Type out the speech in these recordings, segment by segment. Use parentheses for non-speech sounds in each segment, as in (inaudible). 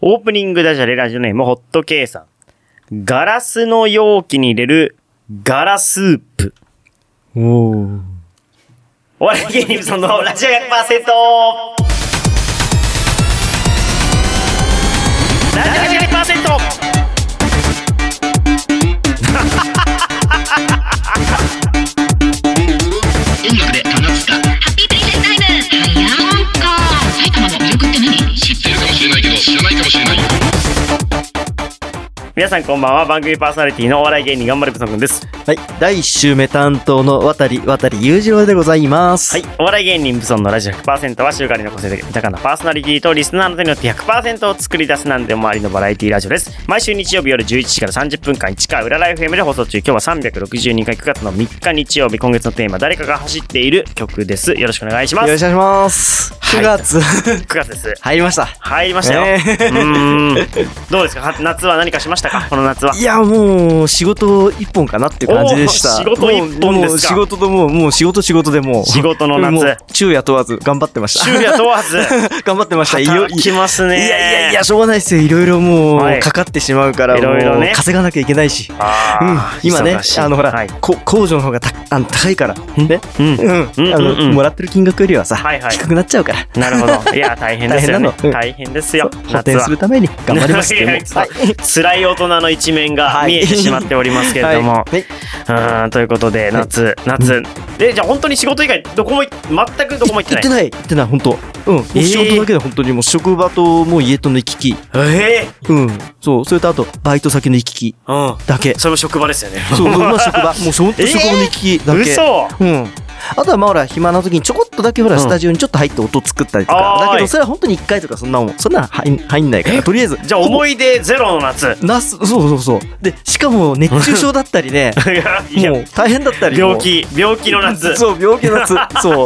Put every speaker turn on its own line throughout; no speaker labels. オープニングダジャレラジオネームホット K さん。ガラスの容器に入れるガラスープ。
おー。
お笑い芸人そのラジオ100%ラジオ100%
音楽で楽しか
ハッピープレゼンタイムはやもんこ埼玉の魅力って何
知ってるかもしれないけど知らないかもしれない
皆さんこんばんは。番組パーソナリティのお笑い芸人頑張れブソンくんです。
はい。第1週目担当の渡り、渡り裕次郎でございます。
はい。。お笑い芸人ブソンのラジオ100%は週刊の個性豊かなパーソナリティとリスナーの手によって100%を作り出すなんでもありのバラエティラジオです。毎週日曜日夜11時から30分間1回裏ライフ M で放送中。今日は362回9月の3日日曜日。今月のテーマ、誰かが走っている曲です。よろしくお願いしま
よ
す。
ろしくお願いします。
はい
9月、
9月です。
入りました。
(laughs) 入りましたよ。
ねえ
うーん。どうですかは夏は何かしましたかこの夏は。
いや、もう、仕事一本かなっていう感じでした。
おー仕事一本ですか
もうもう仕事ともう、もう仕事仕事でもう。
仕事の夏
もう昼夜問わず頑張ってました。
昼夜問わず。
(laughs) 頑張ってました。いよ
働きますね。
いやいやいや、しょうがないですよ。いろいろも、
はいう
かかってしまうから、
いろいろね
もう稼がなきゃいけないし。うん
あー。
今ね
忙し、い
あの、ほら、
はい
こ工場の方がたあの高いから、ね。
うん
う。ん。あ
うんうんう
の、
ん
もらってる金額よりはさ、
はいはい
低くなっちゃうから。
なるほ (laughs) ど。いや、大変ですよね
大変な。のうん
大変ですよ。
補填するために頑張りますけども
(laughs) いやいつも辛い大人の一面が
はい
見えてしまっておりますけれども。 (laughs)
はいはい。
うーん、ということで、夏、夏。え、じゃあ本当に仕事以外、どこもい、全くどこも行って
行
な
っ
い
て。ない行ってない本当うん、もう
えー
仕事だけで本当にもう職場ともう家との行き来
え
うんそうそれとあとバイト先の行き来
えうん。
だけ
それも職場ですよね。
そうまあ
(laughs)
職場もう本当職場の行き来だけ、
嘘
うんあとはまあほら暇な時にちょこっとだけほら
うん
スタジオにちょっと入って音作ったりとか、
あー
だけ
はい
どそれは本当に1回とかそんなもんそんなの入ん入んないからとりあえず
じゃあ思い出ゼロの (laughs) 夏。
なすそうそうそうでしかも熱中症だったりね
いや、 (laughs) いや
もう大変だったりもう
病気、病気の夏。
そう病気の夏そ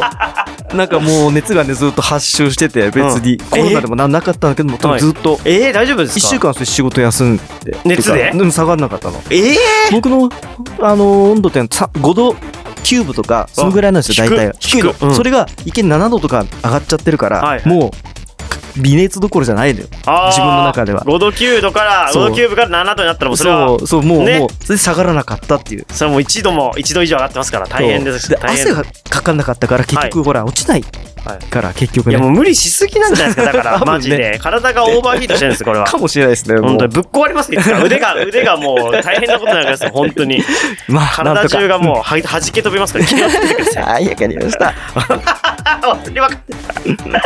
うなんかもう熱がねずっと発症してて別に、コロナでもなんなかったんだけども多分ずっと、
えー、大丈夫ですか
一週間それ仕事休んで
熱で
てかも下がんなかったの
え
僕のあの温度ってさ5度キューブとかそのぐらいなんですよ
低
大
い
体
低い
の、
うん
それが一見7度とか上がっちゃってるから、
はいはい
もう微熱どころじゃないのよ
えー、
自分の中では
5度9度から、
そう
5度9分から7度になったらもうそれは
そ、うそうもう、
ね
もうそれで下がらなかったっていう
それもう一度も、一度以上上がってますから、大変です。
そう
大変
汗がかかんなかったから結局ほら落ちない
はい
から結局
い
ね、
やもう無理しすぎなんじゃないですか、
(laughs)
だから、
多分ね
マジで。体がオーバーヒートしてるんです、これは。
(laughs) かもしれないですねもう
本当にぶっ壊れますよ、いつ
(laughs)
か腕が、腕がもう大変なことになるんですよ、本当に。
まあなん
体
とか
中がもうははじけ飛びますから、気をつけてください。 (laughs)
はいわかりました
本当に分かってた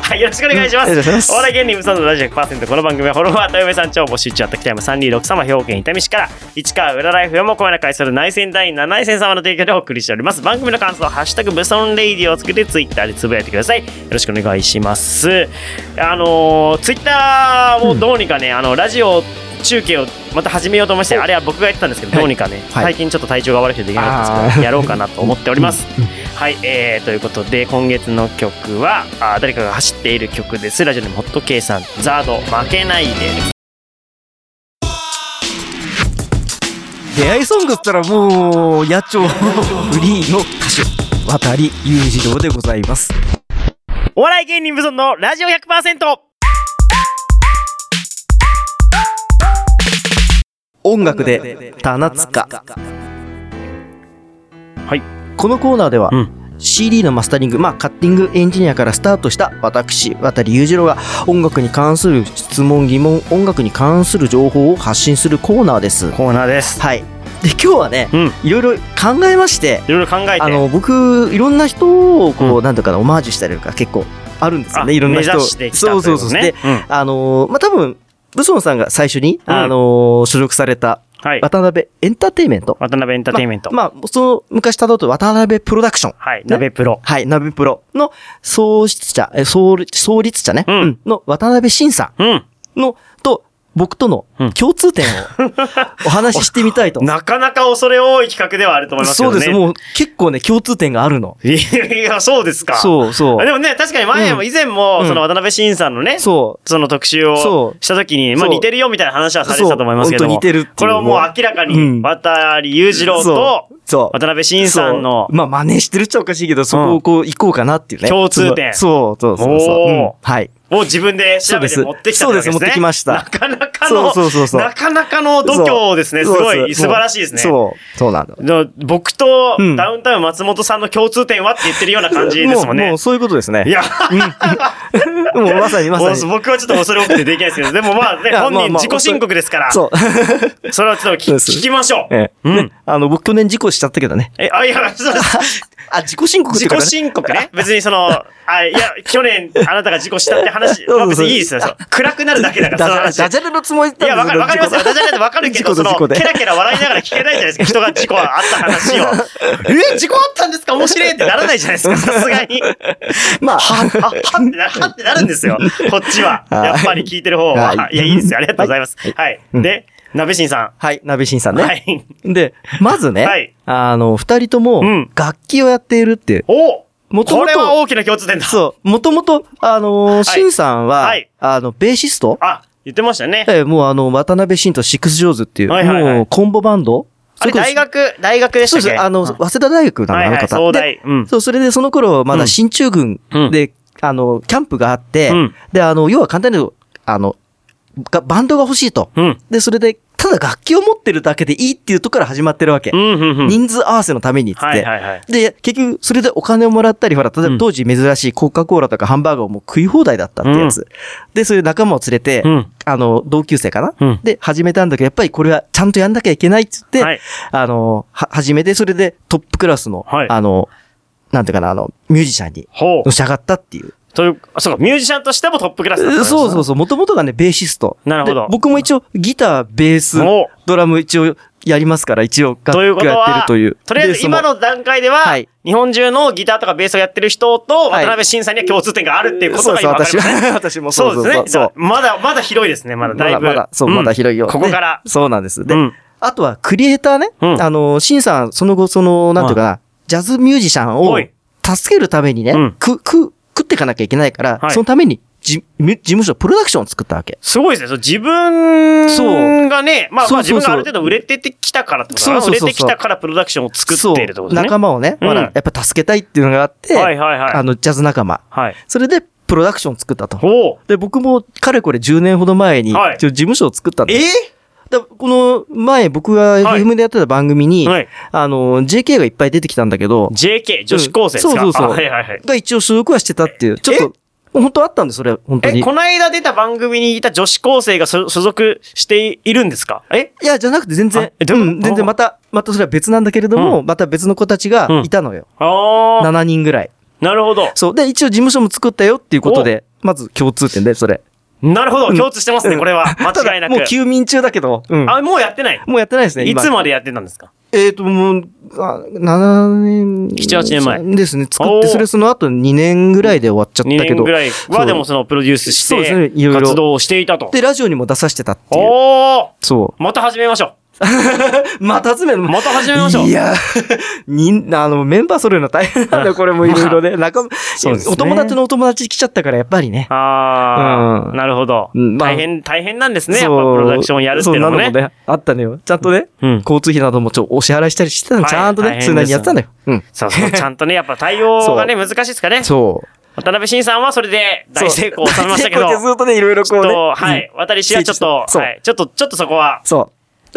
はい、よろしくお願いします。
(laughs) うんよろしくお願いします
お笑い芸人無双のラジオ100%この番組はフォロワーと嫁さん超募集中あった北山326様兵庫県伊丹市から市川裏ライフよも声な会する内戦第7戦様の提供でお送りしております番組の感想はハッシュタグ無双レイディオをつけてツイッターでつぶやいてくださいよろしくお願いしますあのー、ツイッターもどうにかね、あのラジオ中継をまた始めようと思いましてあれは僕がやってたんですけど、
はい
どうにかね、
はい
最近ちょっと体調が悪くてできなかったんですけど
あー
やろうかなと思っておりますはい、えー、ということで今月の曲はあー誰かが走っている曲ですラジオネームホット K さんザード負けないでです
出会いソングっつったらもう野鳥フリーの歌手渡り裕次郎でございます
お笑い芸人無尊のラジオ100%
音楽で棚塚はいこのコーナーでは、
うん
CD のマスタリング、まあ、カッティングエンジニアからスタートした私渡り裕次郎が音楽に関する質問疑問音楽に関する情報を発信するコーナーです
コーナーです
はいで今日はね
うん
いろいろ考えまして
いろいろ考えて
あの僕いろんな人をこ
う
う、なんとかなオマージュしたりとか結構あるんですよ
あ
ねいろんな人
目指してきた
そうそうそう
とい
で
ことね
あのーまあ多分ブソンさんが最初に、
うん
あのー所属された
うんはい
渡辺エンターテインメント、
渡辺エンターテインメント、
まあその昔たどと渡辺プロダクション
はい鍋プロ
はい、ナビプロの創出者、え創立創立者ね、
うん
の渡辺晋さ
うん
んの、と、僕との
うん
共
(laughs)
通点をお話ししてみたいと。
なかなか恐れ多い企画ではあると思いますけ
そ
ど
う
ね
です。もう結構ね、共通点があるの。
ういやそうですか
そうそ
あ
う。
でもね確かに前も
うん
以前も、
うん
その渡辺慎さんのね
そう。
その特集を
そう
した時に、まあ
そう
似てるよみたいな話はされてたと思いますけど
そう
も
本当似てるっていう
これはもう明らか
うん
に、渡り裕次郎と
そうそう
渡辺慎さんの
そう、まあ、真似してるっちゃおかしいけど、そこをこう、行こうかなっていうね。
共通点
そうそうそうそう
おー
うんはい。
を自分で調べて
そうです
持ってきたってわけ
そうです持ってきました
なかなか
そう
の、
そうそうそう
なかなかの度胸ですね。す
そう
ご
そう
い、素晴らしいですね。
そう、そうなんだ。
の僕と
うん
ダウンタウン松本さんの共通点はって言ってるような感じですもん
う、
ね
う。そういうことですね。
いや、
もうまさにまさに。
僕はちょっと恐れ多くてできないですけど、でもまあね、
いや
本
まあ
人
まあ
自己申告ですから、
そう。 (laughs)
それはちょっとき
そうです
聞きましょう。
ええ、
うん
ねあの、僕去年事故しちゃったけ
(laughs)
どね。
え、
(laughs)
あ、いや、そうです。
あ、自己申告って
自
いうか、ね、
己申告
(laughs)
ね。別にその、あ、いや、去年あなたが事故したって
(laughs)
話、まあ別にいいですよ。そう暗くなるだけだから、その
ダジャ
話
ダ。ジャレのつもりだっ
い
た
や、わかる、わかりますよ。
自
ダ
己
ジャレってわかるけど、そ
事故と
の、
事故で
ケラケラ笑いながら聞けないじゃないですか。人が事故あった話
(laughs)
を。え、事故あったんですか面白いってならないじゃないですか、さすがに。
まあ、
は、は、は
(laughs)
ってな、はってなるんですよ。こっちは。
はい
やっぱり聞いてる方は。、
はい
や、いいですよ。ありがとうございます。はい。
うん
で、なべしんさ
はい、鍋新さん
ん。
ね。
はい。
で、まずね、
はい
あの、二人とも
うん、
楽器をやっているっていう。
お
もと
こ
も
れは
と、
大きな共通点だ。
そう、もともと、あのー、
い
シンさんは、
はい
あの、ベーシスト
あ、言ってましたね。
ええもうあの、渡辺シンとシックスジョーズっていう、
はいはいはい
もうコンボバンド
あれ、
それこそ
大学、大学でし
そ
た
う
っ
で
け
す。あの、
うん
早稲田大学なの、
はい
あの
はい、
方。
壮
で
大。うん。
そう、それでその頃、ま
うん
だ進駐軍
うん
で、あの、キャンプがあって、
うん
で、あの、要は簡単に言うと、あの、がバンドが欲しいと。
うん。
で、それで、ただ楽器を持ってるだけでいいっていうところから始まってるわけ。
うん、うん、うん。
人数合わせのためにっつって。
はい、はい、はい。
で、結局、それでお金をもらったり、ほら、例え
う
ば
ん
当時珍しいコカ・コーラとかハンバーガーをもう食い放題だったってやつ。で、そういう仲間を連れて、
うん。
あの、同級生かな、
うん
で、始めたんだけど、やっぱりこれはちゃんとやんなきゃいけないっつって、
はい
あの、は、始めて、それでトップクラスの、
はい
あの、なんていうかな、あの、ミュージシャンに、
ほ
のし上がったっていう。
う。という、あそうか、ミュージシャンとしてもトップクラスだったんですね
そうそうそう、もともとがね、ベーシスト。
なるほど
で僕も一応、ギター、ベース
お、
ドラム一応やりますから、一応、楽
というこ
器
と
をやって
は
る、という。
とりあえず今
で、
の段階では、
はい
日本中のギターとかベースをやってる人と
はい
渡辺慎さんには共通点があるっていうこ
そ
と
の
が
そうそう、
今分か
私
りましたね。
は、 (laughs)
そ
私もそうう
で
そう
す
そ
ね
う。そう
だ。からまだ、まだ広いですね。まだだいぶ。
まだ、まだそう、まだ広いよ。
ここから
でそうなんです。で
うん、
あとはクリエイターね。
うん
あの、シンさん、その後、その、なんていうかな、ジャズミュージシャン
お
を
い
助けるためにね
うん、
く、く、食っていかなきゃいけないから、
はい
そのために、じ、み事務所、プロダクションを作ったわけ。
すごいですね。そう自分がね、まあ、まあ
そう
自
そうそう
分がある程度売れててきたからってことかな
そうそうそうそう
売れてきたからプロダクションを作っているってことです
そう
ね。
仲間をね、
うん
まだやっぱ助けたいっていうのがあって、
はいはいはい
あの、ジャズ仲間。
はい。
それで、プロダクションを作ったと。
おう
で、僕も、かれこれ10年ほど前に、一
はい
応事務所を作ったんだ
え
だこの前、僕が
はい
FM でやってた番組に、
はい
あの、JK がいっぱい出てきたんだけど、
?JK、女子高生ですか、
そうそうそう
あはいはいはい。
が一応所属はしてたっていう、ちょっと、本当あったんです、それ、本当
え、
に。
この間出た番組にいた女子高生が所所属しているんですかえ
いや、じゃなくて全
あ
然、
えどういうこと
ん、全然また、またそれは別なんだけれども、
う
また別の子たちが
うん
いたのよ。
ああ、
7人ぐらい。
なるほど。
そう。で、一応事務所も作ったよっていうことで、まず共通点で、それ。
なるほど、共通してますね、これは。間違いな
(laughs) ただもう
く。
休眠中だけど、うん。
あ、もうやってない。
もうやってないですね、
い
今
つまでやってたんですか
えっ、と、もう、あ7年。
7 8年前
ですね。作
お
っ
ー
て、それその後2年ぐらいで終わっちゃ
?2
ったけ
年
ど。
ぐらい
そ
は
う
でもそのプロデュースし
そうですね
て
いろい、ろ
活動をしていたと。
で、ラジオにも出させてたっていう。
おー
そ
また始めましょ
う。また集める
う。
の
(laughs) また始めましょう。
いや、 (laughs) みんな、あの、メンバー揃えるの大変なんだよ、これもいろいろね。仲間、
そうですね
お友達のお友達来ちゃったから、やっぱりね。
ああ、
うん
なるほど、
うんまあ
大変、大変なんですね。やっ
そう
ぱプロダクションをやるっていうのも
そ
ね。
んなもあったのよ。ちゃんとね、
うん
交通費などもちょ、お支払いしたりしてたの、
はい
ちゃんと
大変
ね、
です
それなりにやってたんだよ。うん。
そう
(laughs)
そう、ちゃんとね、やっぱ対応がね、難しいですかね。
そう。
渡辺慎さんはそれで大成功を収めましたけ
(laughs)
ど、
大成功ってずっとね、いろいろ
ち
こ
ょっ
うね。
と、はい、渡り氏はちょっと、
そう
はい、ちょっと、ちょっとそこは、 (laughs)
そう。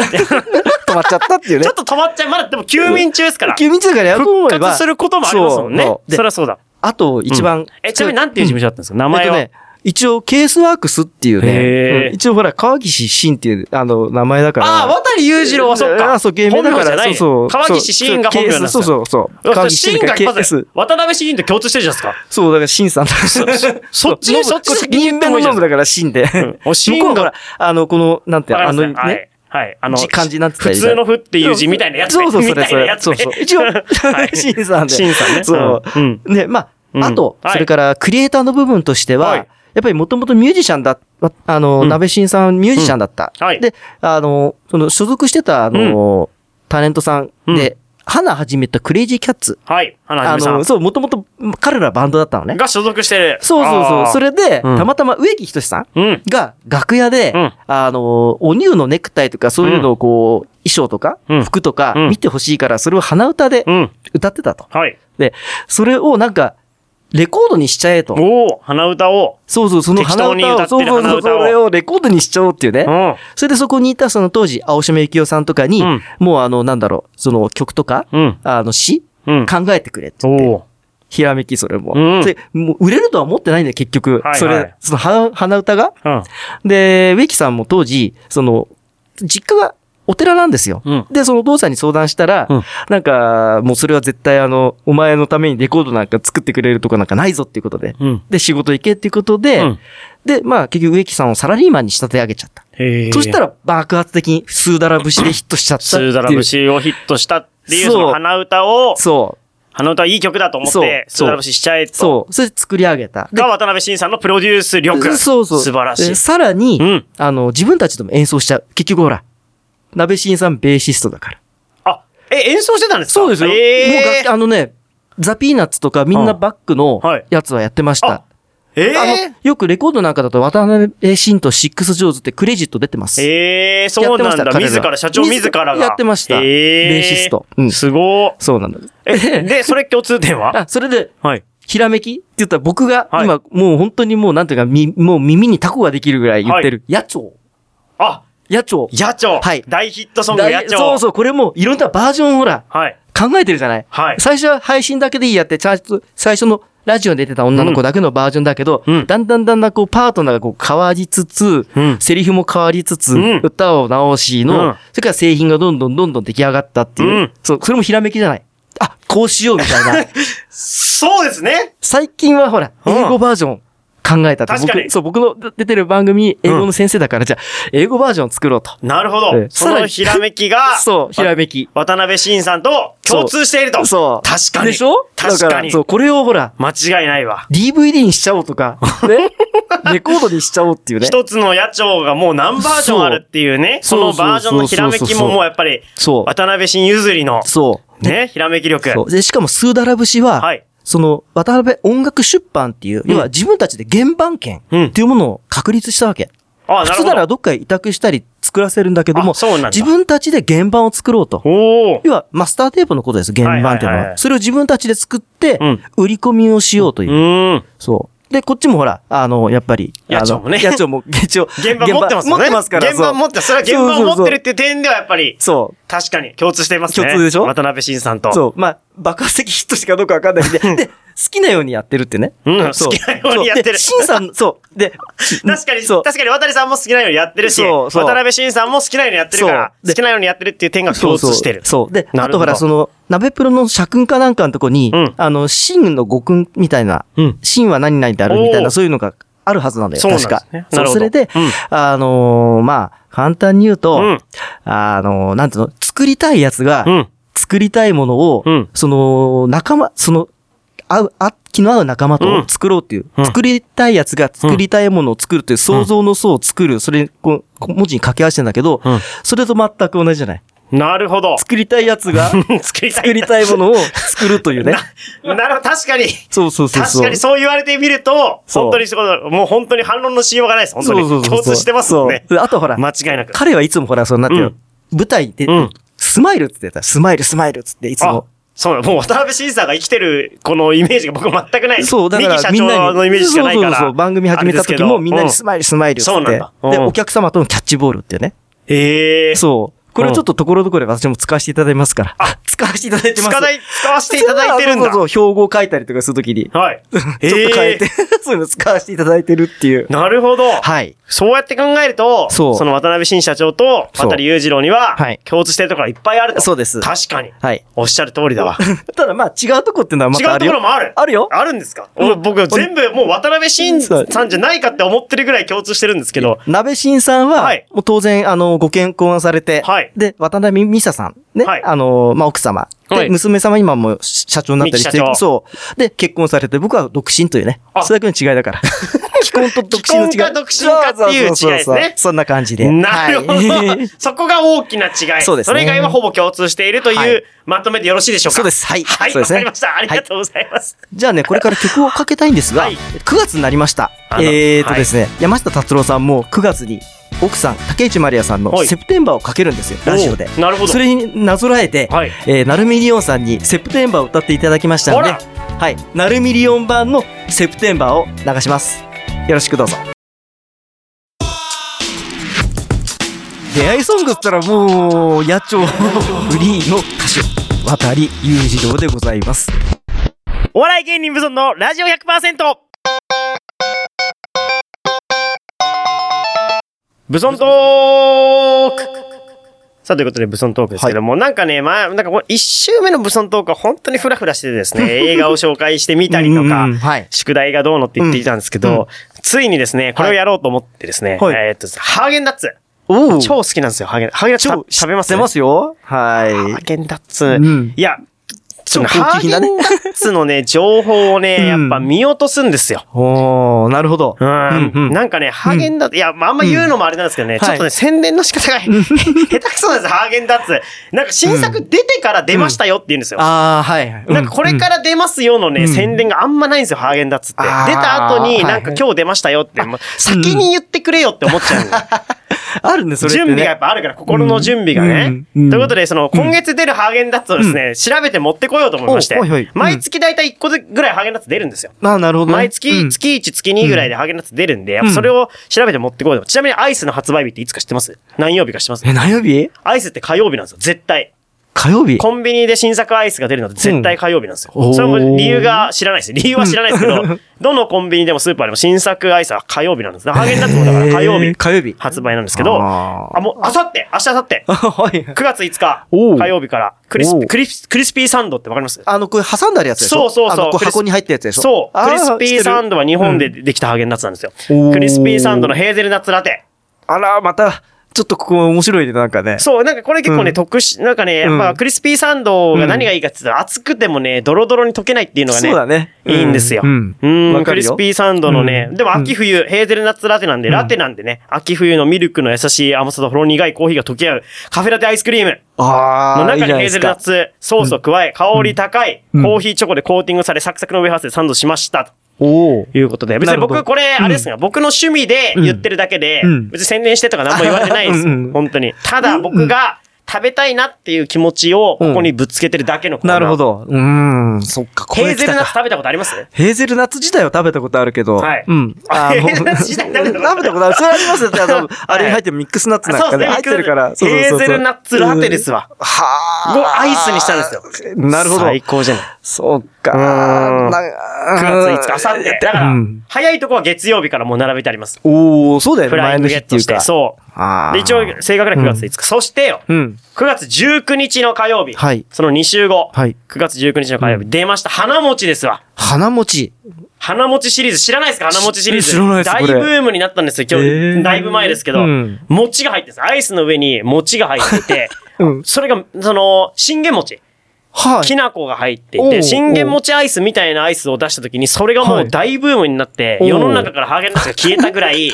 止まっちゃったっていうね。
ちょっと止まっちゃう。まだ、でも休眠中ですから。
休眠中だからやろうと思え
復
ば。
活することもありますもんね。
そ
そう
で
りゃそうだ。
あと、一番、
え、ちなみに何ていう事務所だったんですか名
名
前は。
ね、一応、ケースワークスっていう
へー
ね、うん一応ほら、川岸慎っていう、あの、名前だから。
ああ、渡り裕次郎はそっか。
あそう、芸名
本
だか
名じゃ
ら、
ない
そう
ね
そう。
川岸慎が本名なんです
そうそうそう。川岸
シ
慎
ンが
だから
まず
KS、
渡辺シンと共通してるじゃないです
そう、だから慎さんだ。そ
そっち
の
そっち先に
人
言って
間
も
の
いいじゃ
ノ
ん
ムだから慎で
ん。お慎
向こうがほら、あの、この、なんて、
か。わか
あ
り
の、
ますはい
ね。。
はい。あの、
じ漢字なんて言
普
った
通
らいいじゃ
の
ん
ふっていう字みたいなやつね。
そうそう、そ
み
れ、
たい
そ
なや
れ。
つ
そう
ね。 (laughs)
そう。一応、
はい
慎さんで。
慎さんね
そう
う。ん
ね、ま
うん
あ、あと、
はい
それから、クリエイターの部分として
はい
は、やっぱりもともとミュージシャンだ、わあの、
うん
なべしんさんミュージシャンだった。
うんはい
で、あの、その所属してた、あの、タレントさんで、花はじめとクレイジーキャッツ。
はい。花は
あ
じめさ
の、
ん
そう、もともと彼らバンドだったのね。
が所属してる。
そうそうそ
あ
う。
ー
そ。れで、
うん
たまたま植木仁さん
うん。
が楽屋で、
うん
あの、お乳のネクタイとかそういうのをこう、衣装とか、
うん
服とか
うん
見てほしいから、それを鼻歌で
うん。
歌ってたと。
はい。
で、それをなんか、レコードにしちゃえと。
おお鼻歌を。
そうそう、その
適
鼻
当に
歌を、
歌ってる
そうそうそう、
鼻歌を
それをレコードにしちゃおうっていうね
う。ん。
それでそこにいたその当時、青島幸男さんとかに、
うん
もうあの、なんだろう、その曲とか、
うん。
あの詩、
うん。
考えてくれって
お
言って。
お
ひらめき、それも。
うん
それもう売れるとは思ってないんだよ、結局。
はいはい
それ、そのは、鼻歌が。
ー。
で、植木さんも当時、その、実家がお寺なんですよ。
うん。
で、そのお父さんに相談したら、
うん
なんか、もうそれは絶対あの、お前のためにレコードなんか作ってくれるとかなんかないぞっていうことで。
うん。
で、仕事行けっていうことで、
うん。
で、まあ結局植木さんをサラリーマンに仕立て上げちゃった。
へえ。
そした
ら、
ら爆発的にスーダラ節でヒットしちゃったって
ス
いう。
ーダラ節をヒットしたっていう、
そう
その鼻歌を、
そ
鼻歌いい曲だと思っ
そう
て、スーダラ節しちゃえ
う。
と。
そう。それで作り上げた。で
が渡辺慎さんのプロデュース力。
そうそう。
素晴らしい
で。さらに、
うん。
あの、自分たちでも演奏しちゃう。結局ほら、鍋新さんベーシストだから。
あ、え、演奏してたんですか
もう
え
楽器
ー、
あのね、ザ・ピーナッツとかみんなバックの
はい
やつはやってました。
あえー、
あの、よくレコードなんかだと渡辺慎とシックス・ジョーズってクレジット出てます。
えー、そうなん
やってました
だ。
彼ら
自ら、社長自らが。
やってました
えー、
ベーシストうん
すごー
そうなんだ。
え、で、それ共通点は
あ、それで、
はい。
ひらめきって言ったら僕が
はい
今、もう本当にもうなんていうか、み、もう耳にタコができるぐらい言ってる。野鳥。
あ、
野鳥。
野鳥。
はい
大ヒットソング、野鳥。
そうそう、これもいろんなバージョンをほら、
はい。
考えてるじゃない。
はい。
最初は配信だけでいいやって、ちゃんと最初のラジオに出てた女の子だけのバージョンだけど、
うん
だんだんだんだんこうパートナーがこう変わりつつ、
うん。
セリフも変わりつつ、
うん
歌を直しの、
うん
それから製品がどんどんどんどん出来上がったっていう、
うん
そう、それもひらめきじゃない。あ、こうしようみたいな。
そうですね。
最近はほら、
うん
英語バージョン考えたと。
確かに
僕そう、僕の出てる番組、英語の先生だから、じゃあ、英語バージョン作ろうと。
なるほど
ええ。
そ
さら
の
に、
ひらめきが
(laughs) そう、ひらめき。
渡辺慎さんと共通していると。
そう。
確かに。
でしょ
確
だ
からに
そ。う、これをほら、
間違いないわ。
DVD にしちゃおうと
(laughs)
か、ね。レコードにしちゃおうっていうね。
一つの野鳥がもう何バージョンあるっていうね。そ
そう
のバージョンのひらめ
そう
き
そうそ
も
うそう
もうやっぱり、
そう。
渡辺慎譲りの、
そう。
ね、ひらめき力。
そうで、しかも、スーダラ節は、
はい。
その、渡辺音楽出版っていう、
ん
要は自分たちで原版権
うん
っていうものを確立したわけ。
あ、な
普
る
通
ほ
なら
ど。
どっかへ委託したり作らせるんだけども
あ、そうなんだ
自分たちで原版を作ろうと。
おお。
要は、マスターテープのことです、原版っていう
はいはいは
の
いは
は。
い
それを自分たちで作って
うん、
売り込みをしようと
う
いう。
ーん。
そう。で、こっちもほら、あの、やっぱり。
野鳥もね
あの野鳥も、 (laughs) 一応。
現場持ってますよね。
持ってますから。
現場
そう
持って、それは現場を持ってるっていう点ではやっぱり、
そう。
確かに共通していますね。
共通でしょ
渡辺慎さんと。う。
そう。まあ、爆発的ヒットしたかどうかわか
(laughs)
んないんで、で、好きなようにやってるってね。
うん
そう
好きなようにやってる
そうでシンさん、そう。で、
(laughs) 確かに、
そう
確かに渡辺さんも好きなようにやってるし、
そうそう
渡辺慎さんも好きなようにやってるから
そう、で
好きなようにやってるっていう点が
そ
共
うそ
通
う
してる。
そう。で、
な
あ
るほ
と
ど
ほら、その、鍋プロの社訓かなんかのとこに、
うん
あの、シンの語訓みたいな、
うん。
シンは何々であるみたい
おー
な、そういうのがあるはずなんだよ、
そうなんで
確
す
か。
ね
そ
な
う
るほど
それで、
うん
あのーまあ、簡単に言うと、
うん
あのーなんていうの、作りたいやつが、
うん。
作りたいものを、
うん
その、仲間、その、合う、あ、気の合う仲間
う
と
ん
作ろうっていう。
うん
作りたいやつが作りたいものを作るっていう、想像の層を作る。それ、こう、文字に掛け合わせてんだけど、
うん
それと全く同じじゃない。
なるほ
(laughs)
ど。
作りたいやつが
作りたい。
作りたいものを作る
(laughs)
というね。
ななるほど、確かに。
そうそうそう
確
そう。
かにそう言われてみると、
そう
本当にそういうこともう本当に反論のしようがないです。本当に。
そうそうそうそう
共通してますもんね。
そうあとほら、
間違いなく。
彼はいつもほら、そのなんていうの、
う
舞台で、
うん
スマイルって言ったら、スマイルスマイルっつっていつ
あ
も。、
そうだ、もう渡辺慎さんが生きてる、このイメージが僕全くない。
そう、だか
ミキ
ら
社
みんな
長
に、
のイメージしかないから。
そうそうそう、番組始めた時もみんなにス
イ
マイルスマイルっつって。
そうなんだうん
で、お客様とのキャッチボールっていうね。
ル。ええー。
そう。これをちょっとところどころで私も使わせていただいてますから。あ、使わせていただいてます。
使わい使わせていただいてるんだ。
そうそう、標語を書いたりとかするときに、ちょ
はい。ちょっ
っと変えて、 (laughs) そういうの使わせていただいてるっていう。
なるほど。
はい。
そうやって考えると、
そ
そうの渡辺新社長と
そう
渡り裕次郎には
はい、
共通してるところがいっぱいあると。
そうです
確かに。
はい。
おっしゃる通りだわ。
ただまあ違うとこっていうのはま
違
た
う
ある
と
よ。
ころもある。
あるよ。
あるんですか、俺僕全部もう渡辺晋さんじゃないかって思ってるぐらい共通してるんですけど。
鍋新さんは、
はい
もう当然、あの、ご健康されて、
はい
で、渡辺美沙さん、ね、
はい
あの、まあ、奥様、
は
で、
い
娘様今もう社長になったりして
三木社長
そう。で、結婚されて、僕は独身というね
あ、
それだけの違い
(laughs)
だから。既婚と独身の違い。
既婚か独身かっていう違いですね
そそそそそんな感じで。
なるほど、 (laughs)
はい
そこが大きな違い。
そうですね
れ以外はほぼ共通しているという、
はい
まとめでよろしいでしょうか
そうですはい
はい、
そ
わ
うですね
かりました。ありがとうございます。
じゃあね、これから曲をかけたいんですが、
はい
9月になりました。
あの
えーと
はい
ですね、山下達郎さんも9月に、奥さん、竹内まりやさんの
はい
セプテンバーをかけるんですよ、ラジオで
お。なるほど。
それになぞらえて、
はい。
えー、なるみりおんさんにセプテンバーを歌っていただきましたの
あ
で
ら、
はい、ナルミリオン版のセプテンバーを流します。よろしくどうぞ。出会いソングっつったらもう、野鳥 (laughs) フリーの歌手、渡り裕次郎でございます。
お笑い芸人無存のラジオ100%ブソントークさあ、ということで、ブソントークですけども、なんかね、まあ、なんかこれ、一周目のブソントークは本当にフラフラしててですね、映画を紹介してみたりと
うんうん
か
うん、はい。
宿題がどうのって言っていたんですけど、
うんう
ついにですね、これをやろうと思ってですね、
はい
えーっと、ハーゲンダッツ。
お
超好きなんですよ、ハーゲンダッツ。ハーゲンダッ
超
ツた食べます
出ますよ。
ハ
は
ー
い。
ゲンダッツ。
うん
いや、その
超高
ハー
級
ゲン
な
ダ
ね
ッツのね、情報を
(laughs)
ね、
う
や
ん
っぱ見落とすんですよ。
おー、なるほど。
うん
うん
なんかね、ハーゲンダッツ、いや、まあ、あんま言うのもあれなんですけどね、
ん
ちょっと
は
ね、
い
宣伝の仕
(laughs)
方が下手くそなんです、ハーゲンダッツ。なんか新作出てから出ましたよって言うんですよ。
あー、はいはい。
なんかこれ
ら
から出ますよのね、
うん
宣伝があんまないんですよ、ハーゲンダッツって。出
あー
た後に、
はい
なんか今日出ましたよって、もう先に言ってくれよって思っちゃうの。
あるんです、それって
準
ね。
備がやっぱあるから、心の準備がね。
うんうん
ということで、その、今月出るハーゲンダッツをですね、調べて持ってこようと思いまして
おはいはいうん、
毎月だいたい1個ぐらいハーゲンダッツ出るんですよ。
あーなるほどね。
毎月、
うん
月1、月2ぐらいでハーゲンダッツ出るんで、やっぱそれを調べて持ってこようと。ちなみにアイスの発売日っていつか知ってます何曜日か知ってます
え、何曜日
アイスって火曜日なんですよ、絶対。
火曜日
コンビニで新作アイスが出るのって絶対火曜日なんですよ。
うんおー
それも理由が知らないです。理由は知らないですけ
(laughs)
ど、どのコンビニでもスーパーでも新作アイスは火曜日なんです。ハーゲンダッツもだから火曜
えー
日
火曜日。
発売なんですけど、
あー
あ、もう、あさって、明日、あさって、
あはい。
9月5日、
おう
火曜日から、クリス
お
ピ、
う
クリス、クリスピーサンドってわかります
あの、これ挟んであるやつでし
そ
ょ
うそうそう
あのこ
ク
う
リス
箱に入ったやつでしょ
そう、クリスピーサン
ド。
ドは日本でできたハーゲンダッツなんですよ。
おー
クリスピーサンドのヘーゼルナッツラテ。
あら、また、ちょっとここ面白いね、なんかね。
そう、なんかこれ結構ね、
うん
特殊、なんかね、やっ
う
ぱ
ん
クリスピーサンドが何がいいかって言ったら、熱くてもね、ドロドロに溶けないっていうのがね、
そうだね。う
いいんですよ。
う
うん
ん。、わか
ク
る
リス
よ。
ピーサンドのね、
うん
でも秋冬、ヘーゼルナッツラテなんで、ラテなんでね、秋冬のミルクの優しい甘さとほろ苦いコーヒーが溶け合う、カフェラテアイスクリーム
あ
の中
あ、い
に
いじゃない
ヘー
で
ゼ
す
ルナッ
か。
ツソースを加え、香り高い、
うん
コーヒーチョコでコーティングされ、サクサクのウェハースでサンドしました。と
おお。
いうことで、別
な
に
るほど
僕、これ、あれですが、僕の趣味で言ってるだけで、
うん
別に宣伝してとか何も言われてないです。
うんうん
本当に。ただ、僕が食べたいなっていう気持ちを、ここにぶつけてるだけのコーナー
なるほ。ど。うーん、そっか、こ
ヘ
れ
ー
来
ゼル
た
ナッツ
か。
食べたことあります
ヘーゼルナッツ自体は食べたことあるけど。
はい
うん。
あ
の
ヘーゼルナッツ自体食べたことある
(laughs) 食べたことある。それありますよ。多分あれに入ってるミックスナッツなん
そう
か
で
ね。
すね
入ってるから。そうそう
ヘ
そ
ー
う
ゼ
そう
ルナッツラテですわ。
は
をアイスにしたんですよ。
なるほど。
最高じゃない。
そう
うー
か
ん。9月5日、あさって。だから、早いとこは月曜日からもう並べてあります。
おお、そうだよ
フ
ね。
ライ
前
ン
の
グ
日
ゲ
っ
ッ
て
ト
いう
して。
か。
そう。
あ
で、
ー
一応、正確な9月5日。そしてよ、
うん。
9月19日の火曜日。
はい
その2週後。
はい
9月19日の火曜日。出ました。花餅ですわ。
花餅。
花餅シリーズ。知らないですか花餅シリーズ。
し知らないです
大
こ
ブ
れ
ームになったんですよ。今日、
えー
だいぶ前ですけど、
うん
餅が入ってるんです。アイスの上に餅が入って
(laughs)
て、
うん
それが、その、信玄餅。
は
き
い。
な粉が入ってい
おうお
て、
う
信玄餅アイスみたいなアイスを出した時に、それがも
は
う
い
大ブームになって、
おう
世の中からハーゲンダッツが消えたぐら
(laughs)
い、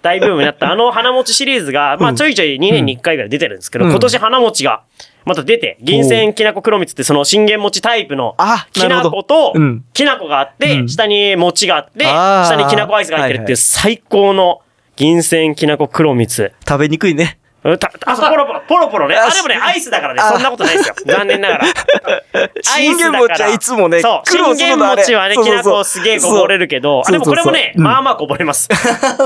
大ブームになった。あの花餅シリーズが、まあちょいちょい2年に1回ぐらい出てるんですけど、
うん
今年花餅が、また出て、銀線きな粉黒蜜ってその信玄餅タイプの、
あ、
き
なる
な
ほ
粉と
ど。うん、
きな粉があって、
うん
下に餅があって、
あー
下にきな粉アイスが入ってるっていう
はいはい
最高の銀線きな粉黒蜜。
食べにくいね。
うんたあ、そうポロポロ、ポロポロね。あ、でもね、アイスだからね、
あ
そんなことない
(laughs)
ですよ。残念 (laughs) ながら。アイ
信
スだ
玄
から
餅はいつもね、
そう、
苦労
信
する
玄
のあれ
餅はね、
そう
き
そう
な
そう
粉すげえこぼれるけど、あ
そう
でもこれもね、
そうそうそううん
まあまあこぼれ
(laughs)
ます。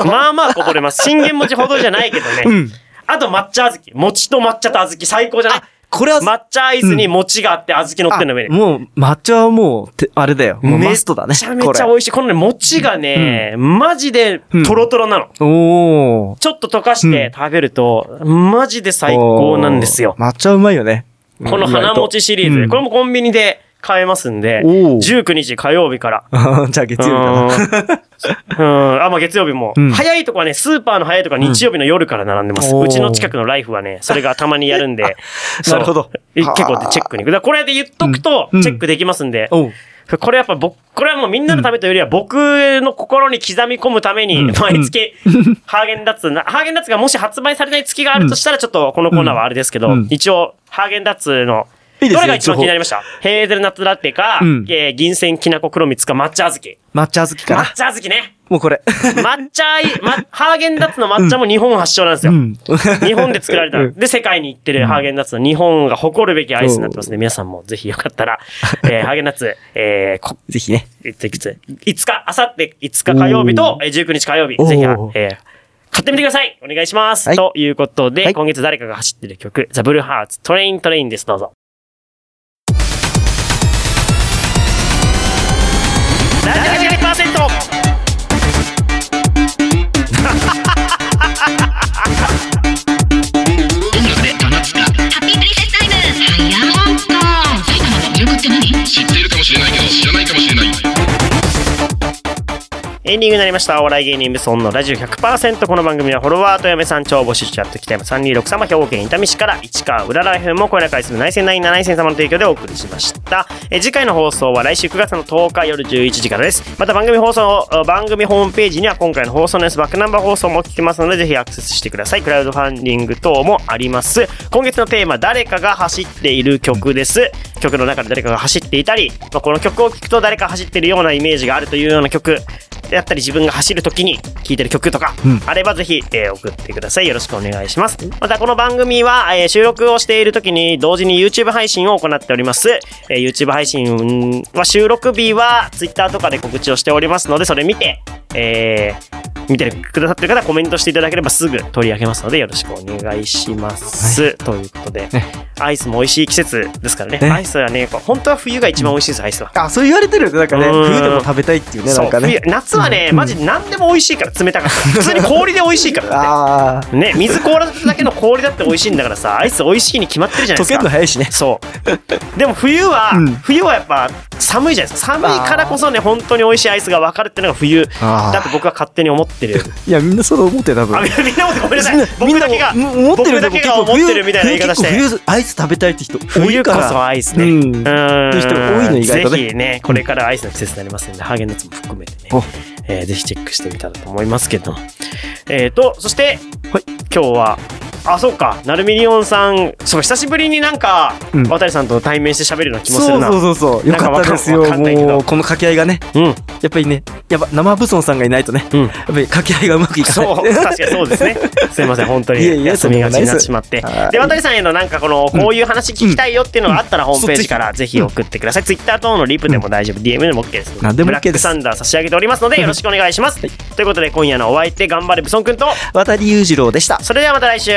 まあまあこぼれます。信玄餅ほどじゃないけどね。
うん
あと抹茶小豆。餅と抹茶と小豆最高じゃない
あ、これは、
抹茶アイスに餅があって小豆乗ってるの上に。
もう、抹茶はもう、てあれだよ。もうマストだね。
めちゃめちゃ
こ
美味しい。このね、餅がね、マジでトロトロなの。
れおー。
ちょっと溶かして食べると、マジで最高なんですよ
お。ー抹茶うまいよね。
この花餅シリーズ、これもコンビニで買えますんで、
おー
19日火曜日から。
も。じゃあ月曜日かな。 (laughs)
うん。うんあ、まあ月曜日も。
うん
早いとこはね、スーパーの早いとこは日曜日の夜から並んでます。
うん。
うちの近くのライフはね、それがたまにやるんで
(laughs) なるほど
そうえ結構でチェックに行く。だからこれで言っとくと
う、ん
チェックできますんで。
おう
これやっぱ僕、これはもうみんなのためというよりは僕の心に刻み込むために、毎月、ハーゲンダッツな、ハーゲンダッツがもし発売されない月があるとしたら、ちょっとこのコーナーはあれですけど
うん、
一応、ハーゲンダッツの
いいですね
どれが一番気になりましたヘーゼルナッツラテか、
うん
えー銀線きなこ黒蜜か抹茶小豆。
抹茶好きかな
抹。茶小豆ね。
もうこれ。
抹茶い、 (laughs) ま、ハーゲンダッツの抹茶も日本発祥なんです
(laughs)
よ。
うん。
日本で作られた。
うん
で、世界に行ってるハーゲンダッツの日本が誇るべきアイスになってますね。皆さんもぜひよかったら、えーハーゲンダッツ、えー、こ
ぜひね。
えっといくつ ?5 日、あさって5日火曜日と、えー19日火曜日、ぜひ、あ
おー
えー買ってみてくださいお願いします、
はい
ということで、
はい
今月誰かが走ってる曲、ザ・ブルーハーツ、トレイントレインです。どうぞ。ラジオ100%
音楽で棚つか
ハッピープリンセスタイムハイヤー音響埼玉の魅力って何
知っているかもしれないけど知らないかもしれない
エンディングになりました。お笑い芸人無双のラジオ100%。この番組はフォロワーと嫁さん超募集中やってきた326様兵庫県伊丹市から市川裏ライフも声高いする内戦ナイン7 0 0様の提供でお送りしました。えー次回の放送は来週9月の10日夜11時からです。また番組放送、あ番組ホームページには今回の放送の様子バックナンバー放送も聞きますのでぜひアクセスしてください。クラウドファンディング等もあります。今月のテーマ、誰かが走っている曲です。曲の中で誰かが走っていたり、まあ、この曲を聴くと誰か走ってるようなイメージがあるというような曲、であったり自分が走る時に聴いてる曲とか、あればぜひ、えー送ってください。よろしくお願いします。またこの番組は、えー収録をしている時に同時に YouTube 配信を行っております。えー YouTube 配信は収録日は Twitter とかで告知をしておりますので、それ見て、えー見てくださってる方はコメントしていただければすぐ取り上げますのでよろしくお願いします。ということで、
ね
アイスも美味しい季節ですからね。
ね
アイスはね、こう本当は冬が一番美味しいです、アイスは。
あ、そう言われてるよね。なんかね、
うん
冬でも食べたいっていうね、
そ
な
うん
かね。
冬夏はね、マジで何でも美味しいから冷たかった普通に氷で美味しいから
(laughs)
だっ
あ
てね水凍らせただけの氷だって美味しいんだからさアイス美味しいに決まってるじゃ
あ、
ないで
溶
す
けるの
か
早いしね。
そうでも冬は、
うん
冬はやっぱ寒いじゃないですか寒いからこそね本当に美味しいアイスが分かるっていうのが冬
あー
だって僕は勝手に思ってる
いや、みんなそう思ってる多分
あみ。んなもごめんなさい
み
僕
ん
だ
な
けが
も思ってる
僕だけが思ってるみたいな言い方して
冬アイス食べたいって人多
冬
い
こ
から
そアイスね。
うん
う
って人多いの意外とね
ぜひね、これからアイスの季節になりますので、ハーゲンダッツも含めてね
お、
えーぜひチェックしてみたらと思いますけど。えっ、と、そして、
はい
今日は、あ、そうか、なるみりおんさん、そう、久しぶりになんか、
うん
渡さんと対面して喋るような気もす
そ
る
う
な。
そうそうそうよかったですよ
なんかわかんないけど
もうこの掛け合いがね
うん、
やっぱりねやっぱ生ブソンさんがいないとね
うん。
やっぱり掛け合いがうまくいかな
(laughs)
い (laughs)
そう、確かにそうですね。すいません、本当
いえい
に
え
休みがちになってしまって
とんでもないですは。い
で、渡さんへのなんかこの、こういう話聞きたいよっていうのがあったら、ホームページからぜひ送ってください。ツイッター等のリプでも大丈夫、DM でも OK です。
何でも OK です
ブラックサンダー差し上げておりますので、よろしくお願いします。ということで、今夜のお相手、頑張れ、ブソン君と、
渡り裕次郎でした
それではまた来週。